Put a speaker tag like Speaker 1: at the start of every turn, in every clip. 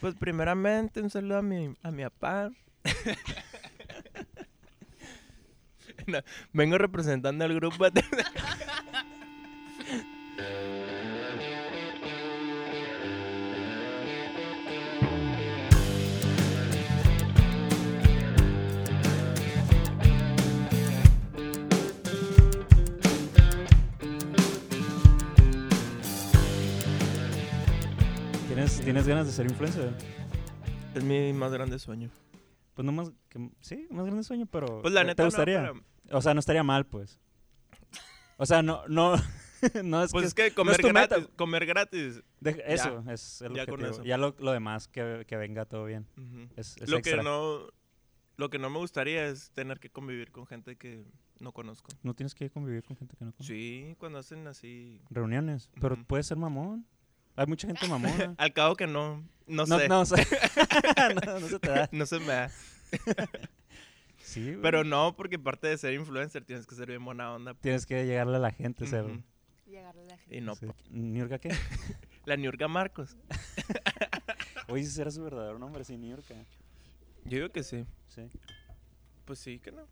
Speaker 1: Pues primeramente un saludo a mi, a mi papá. No, vengo representando al grupo.
Speaker 2: ¿Tienes, ¿Tienes ganas de ser influencer?
Speaker 1: es mi más grande sueño.
Speaker 2: Pues no más, que, sí, más grande sueño, pero
Speaker 1: Pues la
Speaker 2: ¿te-
Speaker 1: neta
Speaker 2: ¿te
Speaker 1: no,
Speaker 2: gustaría?
Speaker 1: pero-
Speaker 2: O sea, no estaría mal, pues. O sea, no, no, no es
Speaker 1: pues
Speaker 2: que...
Speaker 1: es que
Speaker 2: no
Speaker 1: comer
Speaker 2: es tu meta.
Speaker 1: gratis, comer gratis.
Speaker 2: de- eso es el
Speaker 1: ya con
Speaker 2: objetivo.
Speaker 1: eso.
Speaker 2: Ya lo, lo demás, que, que venga todo bien.
Speaker 1: Ujú.
Speaker 2: Es, es
Speaker 1: lo
Speaker 2: extra.
Speaker 1: que no lo que no me gustaría es tener que convivir con gente que no conozco.
Speaker 2: No tienes que convivir con gente que no conoce.
Speaker 1: Sí, cuando hacen así.
Speaker 2: Reuniones. Pero
Speaker 1: Ujú.
Speaker 2: puede ser mamón. Hay mucha gente mamona.
Speaker 1: Al cabo que no, no,
Speaker 2: no,
Speaker 1: sé, no.
Speaker 2: no, sé. no, no se te da.
Speaker 1: se me da.
Speaker 2: Sí, güey.
Speaker 1: Pero no, porque parte de ser influencer tienes que ser bien buena onda.
Speaker 2: Tienes que llegarle a la gente, ser.
Speaker 1: Ujú.
Speaker 3: Llegarle a la gente.
Speaker 1: Y no, pues.
Speaker 2: sí.
Speaker 1: pa-
Speaker 2: ¿Niurka qué?
Speaker 1: la Niurka Marcos.
Speaker 2: Oye, ese era su verdadero nombre, sí, Niurka.
Speaker 1: Yo digo que sí.
Speaker 2: Sí.
Speaker 1: Pues sí que no.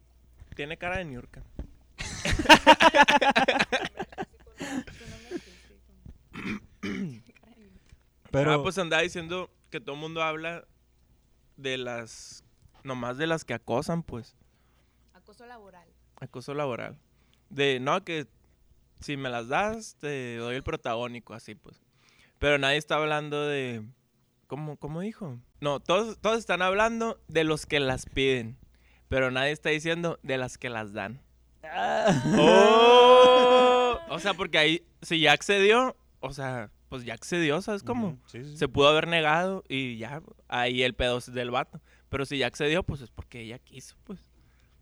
Speaker 1: Tiene cara de Niurka.
Speaker 3: Tú no me dijiste cómo.
Speaker 2: Pero,
Speaker 1: Ah, pues andaba diciendo que todo el mundo habla de las nomás de las que acosan, pues.
Speaker 3: Acoso laboral.
Speaker 1: Acoso laboral. De, no, que si me las das, te doy el protagónico, así pues. Pero nadie está hablando de... ¿Cómo, cómo dijo? No, todos, todos están hablando de los que las piden. Pero nadie está diciendo de las que las dan. ¡Oh! O sea, porque ahí, si ya accedió, o sea, pues ya accedió, ¿sabes cómo?
Speaker 2: Ujú, Sí, sí, sí.
Speaker 1: Se pudo haber negado y ya, ahí el pedo es del vato. Pero si ya accedió, pues es porque ella quiso, pues.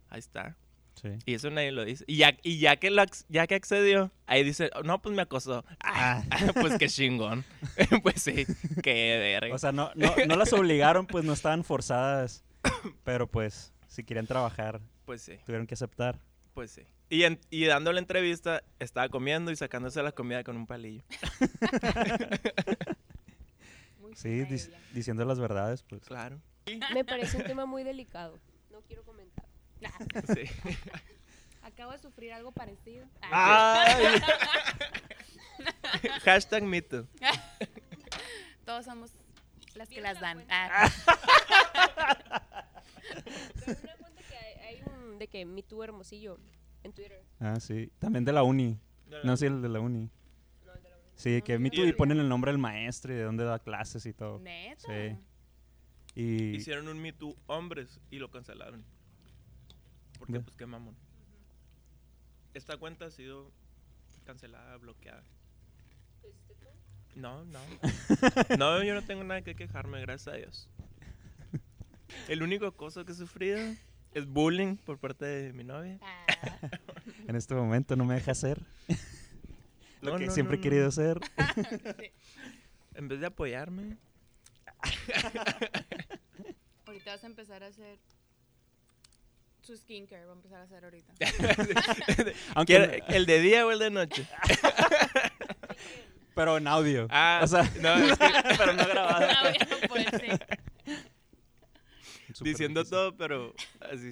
Speaker 1: Ahí está.
Speaker 2: Sí.
Speaker 1: Y eso nadie lo dice. Y ya, y ya, que, lo ac- ya que accedió, ahí dice, "Oh, no, pues me acosó. Ah, pues qué chingón. pues sí, qué verga.
Speaker 2: O sea, no, no, no las obligaron, pues no estaban forzadas. Pero pues, si querían trabajar,
Speaker 1: pues sí,
Speaker 2: tuvieron que aceptar.
Speaker 1: pues sí. Y, en- y dando la entrevista, estaba comiendo y sacándose la comida con un palillo.
Speaker 3: Muy
Speaker 2: Sí,
Speaker 3: fina
Speaker 2: dic-
Speaker 3: ella.
Speaker 2: diciendo las verdades, pues.
Speaker 1: Claro.
Speaker 4: Me parece un tema muy delicado.
Speaker 3: No quiero comentar. Nah,
Speaker 1: pues Sí.
Speaker 3: Acabo de sufrir algo parecido.
Speaker 1: Ay. Hashtag mito.
Speaker 5: Todos somos las que
Speaker 3: Vieron
Speaker 5: las
Speaker 3: la
Speaker 5: dan.
Speaker 3: cuenta.
Speaker 5: Ah,
Speaker 4: Ah, Pero una cuenta que hay, hay un de que Me Too Hermosillo en Twitter.
Speaker 2: Ah, sí. También de la uni. No, sí, el de la uni. Sí, que Me Too y ponen el nombre del maestro y de dónde da clases y todo.
Speaker 5: Neta.
Speaker 2: Ah. Sí. Y
Speaker 1: Hicieron un Me Too hombres y lo cancelaron. Porque
Speaker 2: Ve.
Speaker 1: pues qué mamón. Esta cuenta ha sido cancelada, bloqueada. No, no. No, yo no tengo nada que quejarme, gracias a Dios. El único cosa que he sufrido es bullying por parte de mi novia.
Speaker 3: Ah,
Speaker 2: en este momento no me deja ser lo
Speaker 1: No,
Speaker 2: que
Speaker 1: no,
Speaker 2: siempre
Speaker 1: no,
Speaker 2: he querido
Speaker 1: no.
Speaker 2: ser.
Speaker 1: En vez de apoyarme,
Speaker 5: Ahorita vas a empezar a hacer su skincare, va a empezar a hacer ahorita.
Speaker 2: Aunque,
Speaker 1: quiero- el de día o el de noche.
Speaker 2: pero en audio.
Speaker 1: Ah,
Speaker 2: o sea,
Speaker 1: no, es que-
Speaker 2: pero no grabado.
Speaker 5: Ah, bueno, pues sí.
Speaker 2: Súper
Speaker 1: diciendo
Speaker 2: difícil.
Speaker 1: todo, pero así,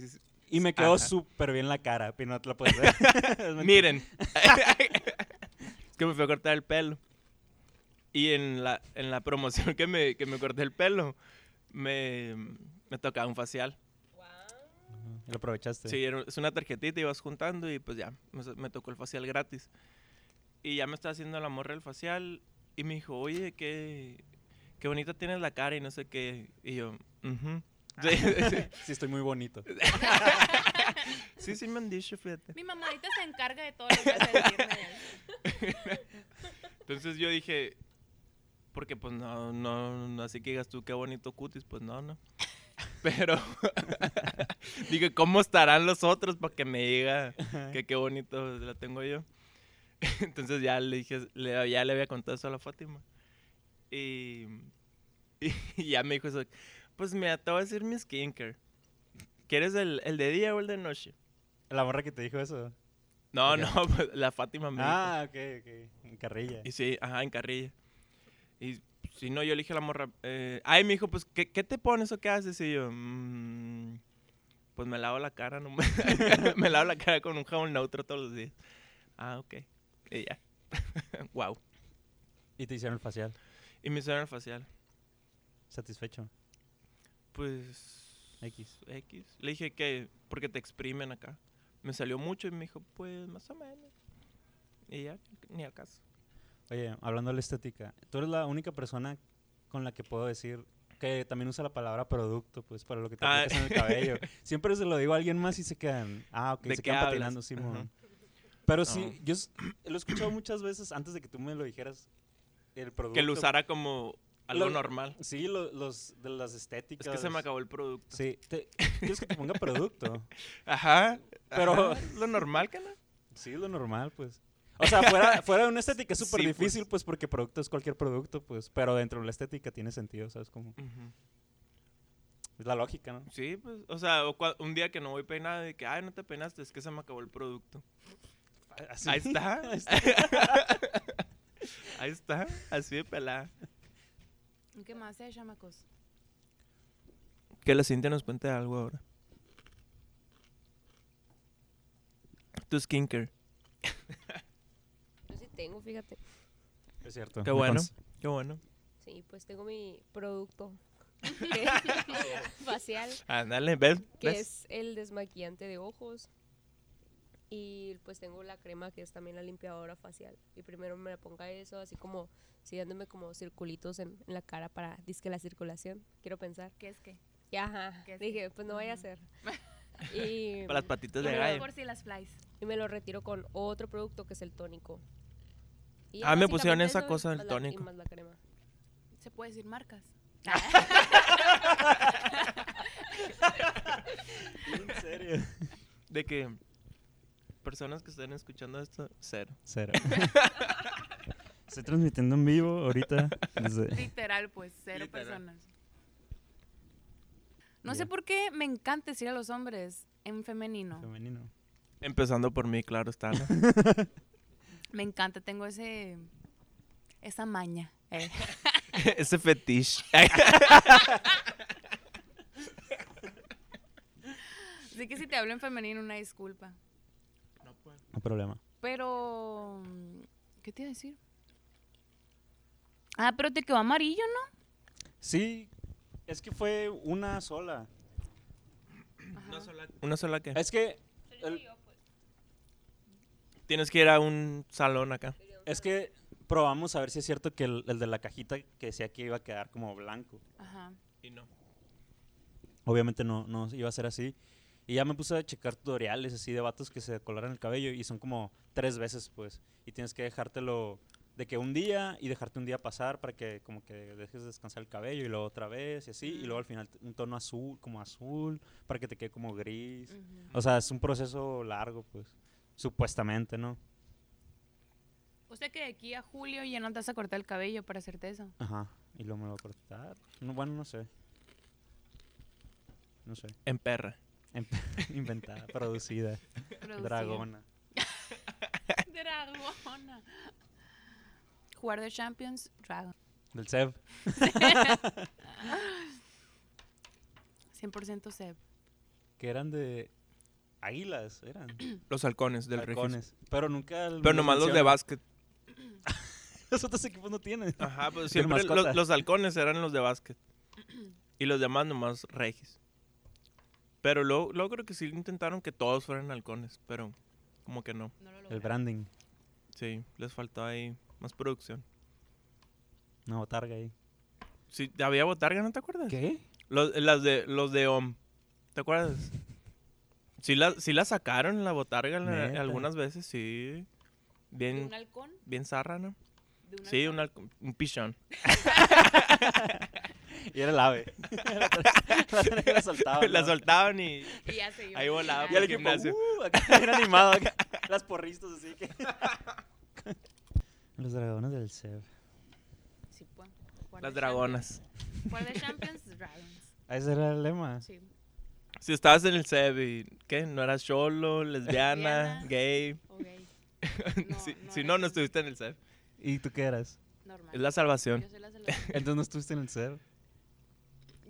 Speaker 2: Y me quedó
Speaker 1: Ajá.
Speaker 2: súper bien la cara, pero no te la puedes ver. Es mentira.
Speaker 1: Miren. es que me fui a cortar el pelo. Y en la, en la promoción que me, que me corté el pelo, me, me tocaba un facial.
Speaker 2: Lo aprovechaste.
Speaker 1: Sí, era- es una tarjetita, ibas juntando y pues ya, me, so- me tocó el facial gratis. Y ya me estaba haciendo la morra el facial y me dijo, oye, qué, qué bonita tienes la cara y no sé qué. Y yo, "Ujú". sí,
Speaker 2: Sí, estoy muy bonito.
Speaker 1: sí, sí me han dicho, fíjate.
Speaker 5: Mi mamadita se encarga de todo lo que hace el viernes.
Speaker 1: Entonces yo dije, porque pues no, no, no, así que digas tú qué bonito cutis, pues no, no. Pero dije, ¿cómo estarán los otros para que me diga que qué bonito la tengo yo? Entonces ya le dije, le- ya le había contado eso a la Fátima. Y, y ya me dijo eso, pues me te voy a decir mi skincare. ¿Quieres el, el de día o el de noche?
Speaker 2: La morra que te dijo eso.
Speaker 1: No,
Speaker 2: Ok.
Speaker 1: no, pues, la Fátima me dijo.
Speaker 2: Ah, ok, ok. En carrilla.
Speaker 1: Y sí, ajá, en carrilla. Y pues, si no, yo le dije a la morra, eh, ay, me dijo, pues, ¿qué, qué te pones o qué haces? Y yo, "Mm, pues me lavo la cara, no me, me lavo la cara con un jabón neutro todos los días. Ah, ok. Y ya. wow.
Speaker 2: Y te hicieron el facial.
Speaker 1: Y me hicieron el facial.
Speaker 2: Satisfecho.
Speaker 1: Pues.
Speaker 2: X.
Speaker 1: X. Le dije que. Porque te exprimen acá. Me salió mucho y me dijo, pues más o menos. Y ya, ni al caso.
Speaker 2: Oye, hablando de la estética, tú eres la única persona con la que puedo decir que también usa la palabra producto, pues, para lo que te
Speaker 1: Ah.
Speaker 2: aplicas en el cabello. Siempre se lo digo a alguien más y se quedan, ah, ok,
Speaker 1: ¿De
Speaker 2: se
Speaker 1: qué
Speaker 2: quedan
Speaker 1: hablas?
Speaker 2: patinando, Simón.
Speaker 1: Ajá.
Speaker 2: Pero sí, yo s- lo he escuchado muchas veces antes de que tú me lo dijeras, el producto.
Speaker 1: Que lo usara como algo
Speaker 2: Lo-
Speaker 1: normal.
Speaker 2: Sí, lo- los, de las estéticas.
Speaker 1: Es que se me acabó el producto.
Speaker 2: Sí, te- quieres que te ponga producto.
Speaker 1: Ajá.
Speaker 2: Pero-
Speaker 1: ajá, Lo normal, que no?
Speaker 2: Sí, lo normal, pues. O sea, fuera, fuera de una estética es súper
Speaker 1: Sí, pues.
Speaker 2: difícil, pues. porque producto es cualquier producto, pues. Pero dentro de la estética tiene sentido, ¿sabes? Como,
Speaker 1: Ujú.
Speaker 2: es la lógica, ¿no?
Speaker 1: Sí, pues. O sea, o cua- un día que no voy peinado y que, ay, no te peinaste, es que se me acabó el producto.
Speaker 2: Así.
Speaker 1: Ahí está. Ahí está. Así de pelada.
Speaker 5: ¿Y ¿Qué más, eh, chamacos?
Speaker 1: Que la Cintia nos cuente algo ahora. Tu skincare.
Speaker 4: Yo sí tengo, fíjate.
Speaker 2: Es cierto.
Speaker 1: Qué
Speaker 2: me
Speaker 1: bueno.
Speaker 2: consta.
Speaker 1: Qué bueno.
Speaker 4: Sí, pues tengo mi producto facial,
Speaker 1: Ándale, ¿ves?
Speaker 4: que
Speaker 1: ¿Ves?
Speaker 4: es el desmaquillante de ojos. Y pues tengo la crema que es también la limpiadora facial. Y primero me la ponga eso, así como, sí, dándome como circulitos en, en la cara para, disque la circulación, quiero pensar.
Speaker 5: ¿Qué es qué?
Speaker 4: Y ajá,
Speaker 5: Que sí.
Speaker 4: dije, pues no vaya a ser. Y,
Speaker 1: Para las patitas de
Speaker 4: Pero
Speaker 1: gallo.
Speaker 5: Por si las flies.
Speaker 4: y me lo retiro con otro producto que es el tónico. Y
Speaker 1: Ah, me pusieron
Speaker 4: básicamente
Speaker 1: esa
Speaker 4: eso,
Speaker 1: cosa del
Speaker 4: más la-
Speaker 1: tónico.
Speaker 4: Y más la crema.
Speaker 5: ¿Se puede decir marcas?
Speaker 2: En serio.
Speaker 1: De que personas que estén escuchando esto, cero.
Speaker 2: Cero. Estoy transmitiendo en vivo ahorita. desde-
Speaker 5: Literal, pues, cero
Speaker 1: Literal.
Speaker 5: personas. No sé
Speaker 2: Ya.
Speaker 5: por qué me encanta decir a los hombres en femenino.
Speaker 2: Femenino.
Speaker 1: Empezando por mí, claro está. ¿no?
Speaker 5: Me encanta, tengo ese. esa maña. eh.
Speaker 1: Ese fetiche.
Speaker 5: Así que si te hablo en femenino, una disculpa.
Speaker 2: No problema.
Speaker 5: Pero. ¿Qué te iba a decir? Ah, pero te quedó amarillo,
Speaker 2: Sí, es que fue una sola.
Speaker 5: ¿no? Ajá.
Speaker 1: Una sola que.
Speaker 2: Es que. el-
Speaker 1: Tienes que ir a un salón acá.
Speaker 2: es que probamos a ver si es cierto que el, el de la cajita que decía que iba a quedar como blanco.
Speaker 5: Ajá.
Speaker 1: Y no.
Speaker 2: Obviamente no, no iba a ser así. Y ya me puse a checar tutoriales así de vatos que se coloran el cabello y son como tres veces, pues. Y tienes que dejártelo de que un día y dejarte un día pasar para que como que dejes descansar el cabello y luego otra vez y así. Y luego al final t- un tono azul, como azul, para que te quede como gris.
Speaker 5: Ujú.
Speaker 2: O sea, es un proceso largo, pues. Supuestamente, ¿no?
Speaker 5: O sea que de aquí a julio ya no te vas a cortar el cabello para hacerte eso.
Speaker 2: Ajá. Y luego me lo voy a cortar. No, bueno, no sé. No sé.
Speaker 1: En perra.
Speaker 2: Em- Inventada, producida, dragona.
Speaker 5: Dragona. Jugar de Champions, Dragon.
Speaker 2: Del Seb.
Speaker 5: 100% Seb.
Speaker 2: que eran de águilas, eran
Speaker 1: Los halcones del registro.
Speaker 2: halcones, pero nunca
Speaker 1: Pero nomás los de
Speaker 2: base
Speaker 1: básquet.
Speaker 2: Los otros equipos no tienen.
Speaker 1: Ajá, pues
Speaker 2: De
Speaker 1: siempre lo-
Speaker 2: mascota.
Speaker 1: los halcones eran los de básquet. Y los demás nomás regis. Pero luego, luego creo que sí intentaron que todos fueran halcones, pero como que no.
Speaker 5: No lo
Speaker 2: El branding,
Speaker 1: Sí, les faltó ahí más producción.
Speaker 2: una botarga ahí.
Speaker 1: Sí, había botarga, ¿no te acuerdas?
Speaker 2: ¿Qué?
Speaker 1: Los, las de, los de OM. ¿Te acuerdas? Sí la, sí la sacaron la botarga la-
Speaker 2: Neta.
Speaker 1: algunas veces, sí.
Speaker 5: ¿De un
Speaker 1: Bien,
Speaker 5: halcón?
Speaker 1: bien zarra, ¿no?
Speaker 5: ¿De un
Speaker 1: Sí,
Speaker 5: halcón?
Speaker 1: un, halcón- un pichón.
Speaker 2: Y era el ave. la tenía que la soltaba.
Speaker 1: la soltaban y...
Speaker 5: Y ya se iba.
Speaker 1: Ahí volaba.
Speaker 2: Y el
Speaker 1: al
Speaker 2: equipo,
Speaker 1: gimnasio.
Speaker 2: uh, acá está bien animado. acá. Las porristas así que... Los dragones del Seb.
Speaker 5: Sí, pues.
Speaker 1: Las dragonas.
Speaker 5: Jugar de Champions, Dragons.
Speaker 2: Ah, Ese era el lema.
Speaker 5: Sí.
Speaker 1: Si estabas en el CEB y, ¿qué? ¿No eras solo, lesbiana,
Speaker 5: Lesbiana.
Speaker 1: gay?
Speaker 5: Ok.
Speaker 1: si si no, no estuviste en el CEB.
Speaker 2: ¿Y tú qué eras?
Speaker 5: Normal.
Speaker 1: Es la salvación.
Speaker 5: Yo soy la salvación.
Speaker 2: Entonces no estuviste en el cero.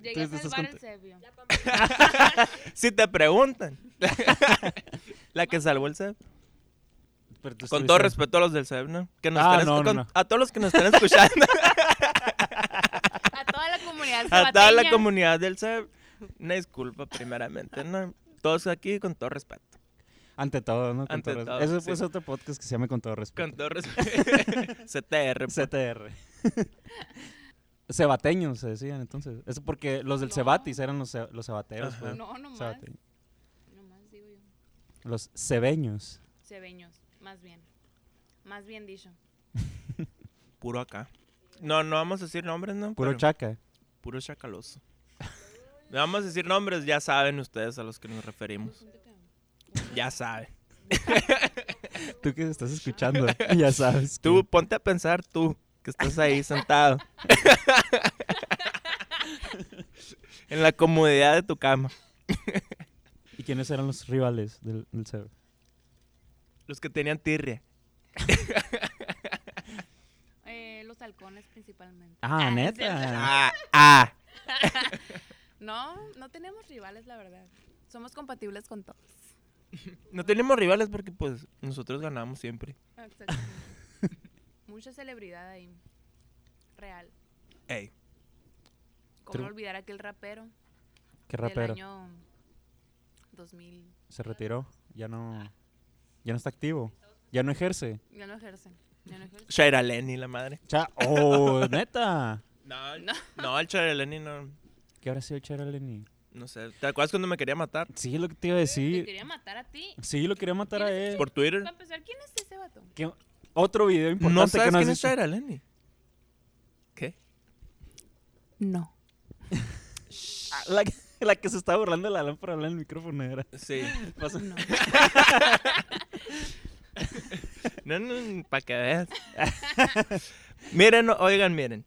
Speaker 5: Llegué a
Speaker 2: Entonces, ¿estás
Speaker 5: salvar
Speaker 2: cont-
Speaker 5: el Sebio.
Speaker 4: La pampa-
Speaker 1: Si te preguntan. la que salvó el CEP.
Speaker 2: Pero Pues tú
Speaker 1: Con
Speaker 2: estuviste
Speaker 1: todo
Speaker 2: en-
Speaker 1: respeto a los del CEP, ¿no? Que nos
Speaker 2: Ah,
Speaker 1: están
Speaker 2: no,
Speaker 1: escu-
Speaker 2: no,
Speaker 1: con-
Speaker 2: no.
Speaker 1: A todos los que nos están escuchando.
Speaker 5: A toda la comunidad
Speaker 1: a toda la
Speaker 5: salvateña.
Speaker 1: comunidad del CEP. Una disculpa, primeramente, ¿no? Todos aquí con todo respeto.
Speaker 2: Ante todo, ¿no? Con
Speaker 1: Ante
Speaker 2: todo res-
Speaker 1: todo,
Speaker 2: Eso
Speaker 1: sí.
Speaker 2: es otro podcast que se llama Con todo respeto.
Speaker 1: Con todo respeto. CTR. pues.
Speaker 2: CTR. Cebateños se decían entonces. Es porque los del
Speaker 5: No.
Speaker 2: Cebatis eran los, ce- los cebateros.
Speaker 1: Ajá.
Speaker 2: pues.
Speaker 5: No, nomás.
Speaker 2: Cebate-
Speaker 5: Nomás digo yo.
Speaker 2: Los cebeños.
Speaker 5: Cebeños, más bien. Más bien dicho.
Speaker 1: Puro acá. No, no vamos a decir nombres, ¿no?
Speaker 2: Puro
Speaker 1: Pero-
Speaker 2: chaca.
Speaker 1: Puro chacaloso. No vamos a decir nombres, ya saben ustedes a los que nos referimos. Ya saben.
Speaker 2: Tú que estás escuchando, ya sabes. que-
Speaker 1: Tú, ponte a pensar tú, que estás ahí sentado. en la comodidad de tu cama.
Speaker 2: ¿Y quiénes eran los rivales del, del Cebe?
Speaker 1: Los que tenían tirria.
Speaker 5: Eh, los halcones principalmente.
Speaker 2: Ah,
Speaker 5: no es
Speaker 2: neta.
Speaker 1: Ah, ah.
Speaker 5: cierto. No, no tenemos rivales, la verdad. Somos compatibles con todos.
Speaker 1: No tenemos rivales porque pues nosotros ganamos siempre.
Speaker 5: Exactamente. Mucha celebridad ahí. Real.
Speaker 1: Ey.
Speaker 5: ¿Cómo
Speaker 2: True.
Speaker 5: olvidar aquel rapero,
Speaker 2: Qué
Speaker 5: del
Speaker 2: rapero.
Speaker 5: año 2000?
Speaker 2: Se retiró. Ya no. Ya no está activo. Ya no ejerce.
Speaker 5: Ya no ejerce. Ya no ejerce.
Speaker 1: Shaira Leni, la madre.
Speaker 2: Cha oh, neta.
Speaker 1: No,
Speaker 5: No.
Speaker 1: no el Shaira Leni no.
Speaker 2: ¿Qué habrá sido Chara Lenny?
Speaker 1: No sé. ¿Te acuerdas cuando me quería matar?
Speaker 2: Sí, lo que te iba a
Speaker 5: Te
Speaker 2: decir.
Speaker 5: quería matar a ti.
Speaker 2: Sí, lo quería matar a él.
Speaker 1: Por Twitter.
Speaker 5: Para empezar, ¿quién es ese vato?
Speaker 2: ¿Qué- Otro video importante
Speaker 1: ¿No sabes
Speaker 2: que no has
Speaker 1: quién es
Speaker 2: visto.
Speaker 1: Shaira Leni? ¿Qué?
Speaker 5: No.
Speaker 2: Ah, La, que- la que se está burlando de la lámpara habla en el micrófono era.
Speaker 1: Sí. Pues,
Speaker 2: Pasa-
Speaker 5: No.
Speaker 1: No, no, para que veas. miren, o- oigan, miren.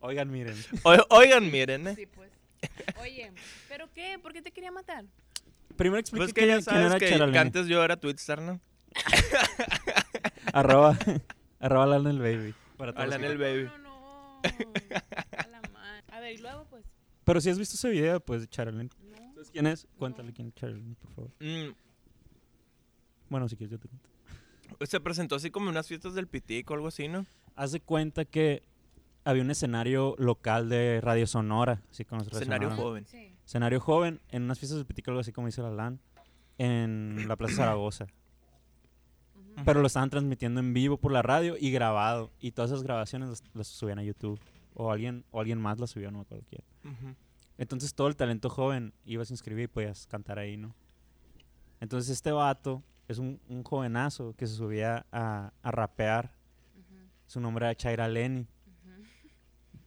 Speaker 2: Oigan, miren.
Speaker 1: O- oigan, miren, eh.
Speaker 5: Sí, pues. Oye, ¿pero qué? ¿Por qué te quería matar?
Speaker 2: Primero explica
Speaker 1: Pues que
Speaker 2: quién,
Speaker 1: ya
Speaker 2: quién
Speaker 1: sabes
Speaker 2: era
Speaker 1: que,
Speaker 2: Chara
Speaker 1: que
Speaker 2: Lenny.
Speaker 1: antes yo era Twitstar, ¿no?
Speaker 2: Arroba, arroba Lionel Baby. Para todos.
Speaker 1: Lionel Baby.
Speaker 5: No, no, no. A la madre. A ver, y luego, pues.
Speaker 2: Pero si has visto ese video, pues de Chara Lenny.
Speaker 5: No.
Speaker 2: ¿Sabes quién es? Cuéntale quién es Chara Lenny, por favor.
Speaker 1: Mm,
Speaker 2: Bueno, si quieres yo te cuento.
Speaker 1: se presentó así como en unas fiestas del Pitico o algo así, ¿no?
Speaker 2: Haz de cuenta que había un escenario local de Radio Sonora. Así con
Speaker 1: Escenario joven.
Speaker 5: Sí.
Speaker 2: escenario joven, en unas fiestas de Pitico, algo así como dice la LAN, en la Plaza Zaragoza. Pero lo estaban transmitiendo en vivo por la radio y grabado. Y todas esas grabaciones las, las subían a YouTube. O alguien, o alguien más las subió, no me acuerdo quién.
Speaker 1: Ujú.
Speaker 2: Entonces todo el talento joven ibas a inscribir y podías cantar ahí, ¿no? Entonces este vato es un, un jovenazo que se subía a, a rapear. Su nombre era Chaira Lenny.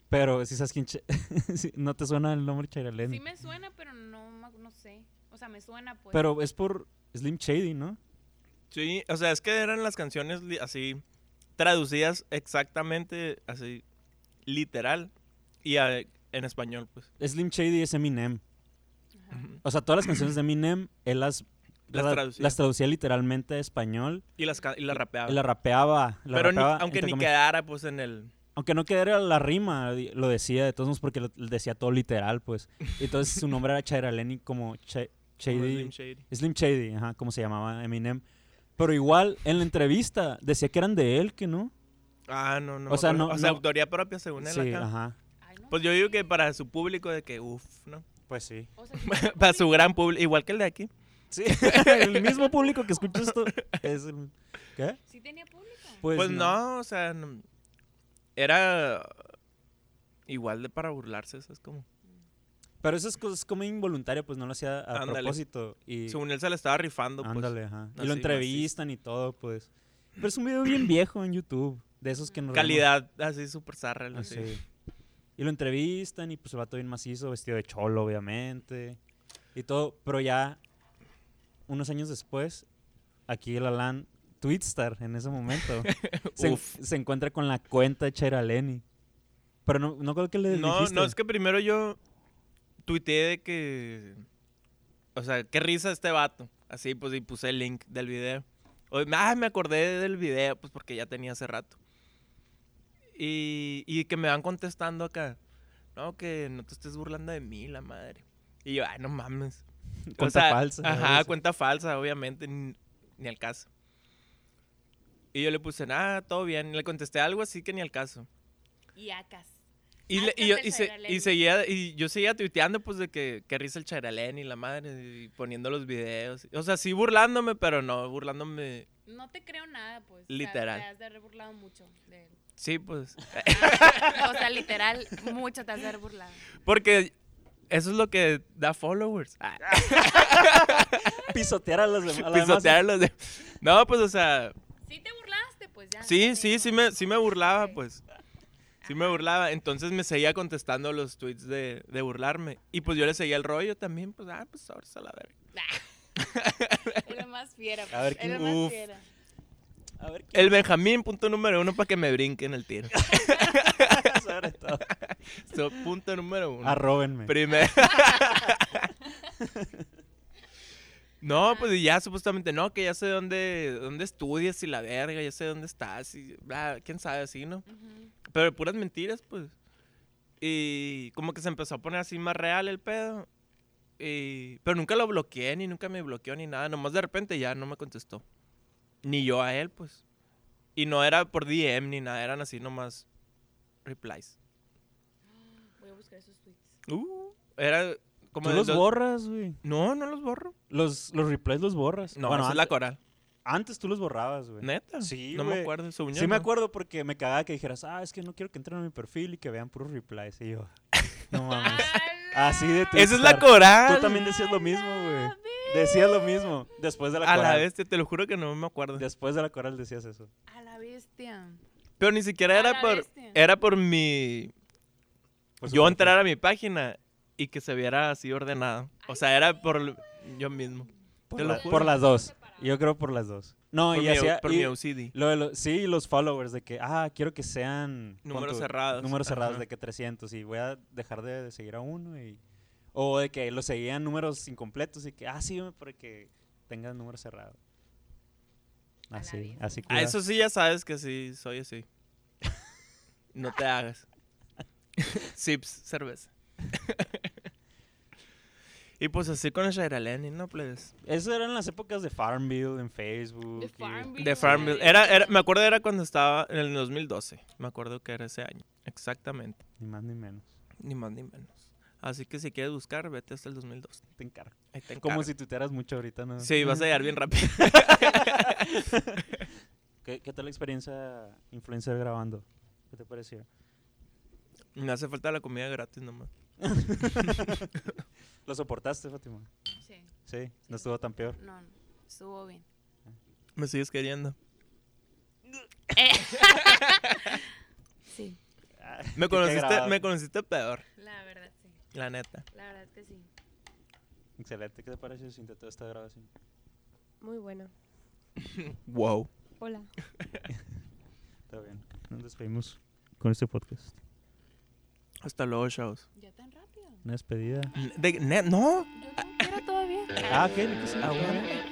Speaker 2: Pero si sabes quién... Ch- sí, no te suena el nombre Chaira Lenny.
Speaker 5: Sí me suena, pero no, ma- no sé. O sea, me suena, pues.
Speaker 2: Pero es por Slim Shady, ¿no?
Speaker 1: Sí, o sea, es que eran las canciones li- así traducidas exactamente, así literal y a- en español, pues.
Speaker 2: Slim Shady es Eminem.
Speaker 5: Ajá.
Speaker 1: Ujú.
Speaker 2: O sea, todas las canciones de Eminem, él las,
Speaker 1: Las
Speaker 2: tra-
Speaker 1: traducía.
Speaker 2: las traducía literalmente a español.
Speaker 1: Y las ca- y las rapeaba.
Speaker 2: Él la rapeaba. la
Speaker 1: Pero ni-
Speaker 2: rapeaba,
Speaker 1: aunque
Speaker 2: entre
Speaker 1: ni
Speaker 2: comillas.
Speaker 1: quedara, pues, en el...
Speaker 2: Aunque no quedara la rima, di- lo decía de todos modos porque lo, lo decía todo literal, pues. Entonces su nombre era Chaira Lenny como Cha-
Speaker 1: como
Speaker 2: Shady.
Speaker 1: Slim Shady.
Speaker 2: Slim Shady, ajá, como se llamaba Eminem. Pero igual, en la entrevista decía que eran de él, que no.
Speaker 1: Ah, no, no.
Speaker 2: O
Speaker 1: me
Speaker 2: sea,
Speaker 1: acuerdo.
Speaker 2: no-
Speaker 1: o sea
Speaker 2: no-
Speaker 1: autoría propia según él
Speaker 2: Sí,
Speaker 1: acá.
Speaker 2: ajá.
Speaker 5: Ay, no
Speaker 1: Pues yo digo
Speaker 5: sé.
Speaker 1: que para su público de que, uff, ¿no?
Speaker 2: Pues sí.
Speaker 5: O sea, si fuera
Speaker 1: para su gran público, igual que el de aquí.
Speaker 2: Sí, el mismo público que escucha esto es el... ¿Qué?
Speaker 5: público- Sí tenía público.
Speaker 1: Pues, no. o sea, no- era igual de para burlarse, eso es como...
Speaker 2: Pero eso es cos- como involuntario, pues no lo hacía a
Speaker 1: Ándale.
Speaker 2: propósito. Y,
Speaker 1: Según él se le estaba rifando, pues.
Speaker 2: ándale, ajá. y
Speaker 1: así,
Speaker 2: lo
Speaker 1: así.
Speaker 2: entrevistan y todo, pues. Pero es un video bien viejo en YouTube, de esos que nos reímos.
Speaker 1: Calidad así súper zarra.
Speaker 2: Ah,
Speaker 1: así.
Speaker 2: sí. Y lo entrevistan y pues el vato bien macizo, vestido de cholo, obviamente. Y todo, pero ya unos años después, aquí el Alan, Twitstar en ese momento, se, en-
Speaker 1: Uf.
Speaker 2: se encuentra con la cuenta de Chaira Leni. Pero no, no creo que le
Speaker 1: No,
Speaker 2: dijiste.
Speaker 1: no, es que primero yo tuiteé de que. O sea, qué risa este vato. Así, pues, y puse el link del video. O, ah, me acordé del video, pues porque ya tenía hace rato. Y, y que me van contestando acá. No, que no te estés burlando de mí, la madre. Y yo, ay, no mames. O
Speaker 2: Cuenta
Speaker 1: sea,
Speaker 2: falsa,
Speaker 1: Ajá,
Speaker 2: eso.
Speaker 1: cuenta falsa, obviamente, ni, ni al caso. Y yo le puse, nada, todo bien. Le contesté algo así que ni al caso. Pues
Speaker 5: Y acas.
Speaker 1: Y,
Speaker 5: Ah,
Speaker 1: le-
Speaker 5: que
Speaker 1: y yo,
Speaker 5: antes
Speaker 1: y se-
Speaker 5: era
Speaker 1: y
Speaker 5: Lenny.
Speaker 1: seguía, y yo seguía tuiteando, pues, de que, que risa el charalén y la madre, y poniendo los videos. O sea, sí burlándome, pero no burlándome.
Speaker 5: No te creo nada, pues.
Speaker 1: Literal.
Speaker 5: O sea, te has de haber burlado mucho de él.
Speaker 1: Sí, pues.
Speaker 5: o sea, literal, mucho te has de haber burlado.
Speaker 1: Porque eso es lo que da followers. Ah,
Speaker 2: Pisotear a los demás.
Speaker 1: pisotear a los de- No, pues, o sea,
Speaker 5: Sí te burlaste, pues ya.
Speaker 1: sí,
Speaker 5: ya
Speaker 1: sí,
Speaker 5: digo.
Speaker 1: sí me, sí me burlaba,
Speaker 5: Ok.
Speaker 1: pues. Sí me burlaba. Entonces me seguía contestando los tweets de, de burlarme. Y pues yo le seguía el rollo también, pues, ah, pues, ahora a la verga.
Speaker 5: Era más fiera.
Speaker 2: A ver,
Speaker 5: pues, era
Speaker 2: ¿quién-
Speaker 5: más
Speaker 2: Uf.
Speaker 5: fiera.
Speaker 2: A ver qué
Speaker 1: El Benjamín, punto número uno, para que me brinquen el tiro.
Speaker 2: sobre todo.
Speaker 1: So, punto número
Speaker 2: Ah,
Speaker 1: uno.
Speaker 2: Arróbenme.
Speaker 1: Primero. no, pues y ya supuestamente no, que ya sé dónde, dónde estudias y la verga, ya sé dónde estás y bla, quién sabe así, ¿no?
Speaker 5: Ujú.
Speaker 1: Pero puras mentiras, pues. Y como que se empezó a poner así más real el pedo. Y, pero nunca lo bloqueé, ni nunca me bloqueó, ni nada. Nomás de repente ya no me contestó. Ni yo a él, pues. Y no era por DM ni nada, eran así nomás replies.
Speaker 5: Voy a buscar esos tweets.
Speaker 1: Uh, era como...
Speaker 2: Tú
Speaker 1: del
Speaker 2: los
Speaker 1: do-
Speaker 2: borras, güey.
Speaker 1: No, no los borro.
Speaker 2: Los, los replays los borras.
Speaker 1: No,
Speaker 2: bueno,
Speaker 1: esa
Speaker 2: antes,
Speaker 1: es la coral.
Speaker 2: antes tú los borrabas, güey.
Speaker 1: ¿Neta?
Speaker 2: Sí,
Speaker 1: No me
Speaker 2: güey.
Speaker 1: acuerdo, según yo
Speaker 2: Sí
Speaker 1: no.
Speaker 2: me acuerdo porque me cagaba que dijeras, ah, es que no quiero que entren a mi perfil y que vean puros replies. Y yo, no mames. Así de tu
Speaker 1: ¡Esa es la
Speaker 2: estar.
Speaker 1: coral!
Speaker 2: Tú también decías lo mismo, güey. Decías lo mismo. Después de la
Speaker 1: A
Speaker 2: coral.
Speaker 1: la bestia, te lo juro que no me acuerdo.
Speaker 2: Después de la coral decías eso.
Speaker 5: A la bestia.
Speaker 1: Pero ni siquiera
Speaker 5: A
Speaker 1: era
Speaker 5: la
Speaker 1: por...
Speaker 5: bestia.
Speaker 1: Era por mi...
Speaker 2: Por
Speaker 1: yo
Speaker 2: supuesto.
Speaker 1: entrar a mi página y que se viera así ordenado. O sea, era por l- yo mismo.
Speaker 2: por,
Speaker 1: te
Speaker 2: la-
Speaker 1: lo juro.
Speaker 2: por las dos. Yo creo por las dos. No,
Speaker 1: Por,
Speaker 2: y
Speaker 1: mi,
Speaker 2: hacía.
Speaker 1: por
Speaker 2: y
Speaker 1: mi OCD.
Speaker 2: lo de los- sí, los followers de que, ah, quiero que sean.
Speaker 1: Números
Speaker 2: ¿cuánto?
Speaker 1: cerrados,
Speaker 2: Números cerrados
Speaker 1: ajá.
Speaker 2: de que 300 y voy a dejar de, de seguir a uno y. O de que lo seguían números incompletos y que, ah, sígueme para que tengas números cerrados.
Speaker 5: la
Speaker 2: Así,
Speaker 5: bestia.
Speaker 2: así
Speaker 1: A
Speaker 2: cuidado.
Speaker 1: Ah, eso sí ya sabes que sí soy así. No te hagas. Sips, cerveza. y pues así con el Shairaleni, ¿no? Pues.
Speaker 2: Eso eran las épocas de Farmville en Facebook.
Speaker 5: De
Speaker 2: y- Eh,
Speaker 5: Farmville.
Speaker 1: De Farmville. Era, era, me acuerdo era cuando estaba en el 2012. Me acuerdo que era ese año. Exactamente.
Speaker 2: Ni más ni menos.
Speaker 1: Ni más ni menos. Así que si quieres buscar, vete hasta el 2012.
Speaker 2: Te encargo.
Speaker 1: Ahí te
Speaker 2: Como
Speaker 1: encargo.
Speaker 2: si tuitearas mucho ahorita, ¿no?
Speaker 1: Sí, vas a llegar bien rápido.
Speaker 2: ¿Qué, qué tal la experiencia influencer grabando? ¿Qué te pareció?
Speaker 1: Me hace falta la comida gratis nomás.
Speaker 2: ¿Lo soportaste, Fátima?
Speaker 5: Sí,
Speaker 2: Sí, no estuvo tan peor.
Speaker 5: no, no. Estuvo bien.
Speaker 1: Me sigues queriendo.
Speaker 5: Sí.
Speaker 1: Me
Speaker 2: Ah, Qué
Speaker 1: conociste,
Speaker 2: grabado.
Speaker 1: me conociste peor,
Speaker 5: La verdad, sí.
Speaker 1: la neta.
Speaker 5: La verdad que sí.
Speaker 2: Excelente. ¿Qué te pareció si intentó esta grabación?
Speaker 4: Muy buena.
Speaker 1: Wow.
Speaker 4: Hola.
Speaker 2: Está bien. Nos despedimos con este podcast.
Speaker 1: Hasta luego, shows.
Speaker 5: Ya tan rápido.
Speaker 2: Una despedida.
Speaker 1: De, ne- no.
Speaker 5: Yo no quiero todavía.
Speaker 2: Ah, ¿qué? ¿Qué se
Speaker 1: Ah, bueno.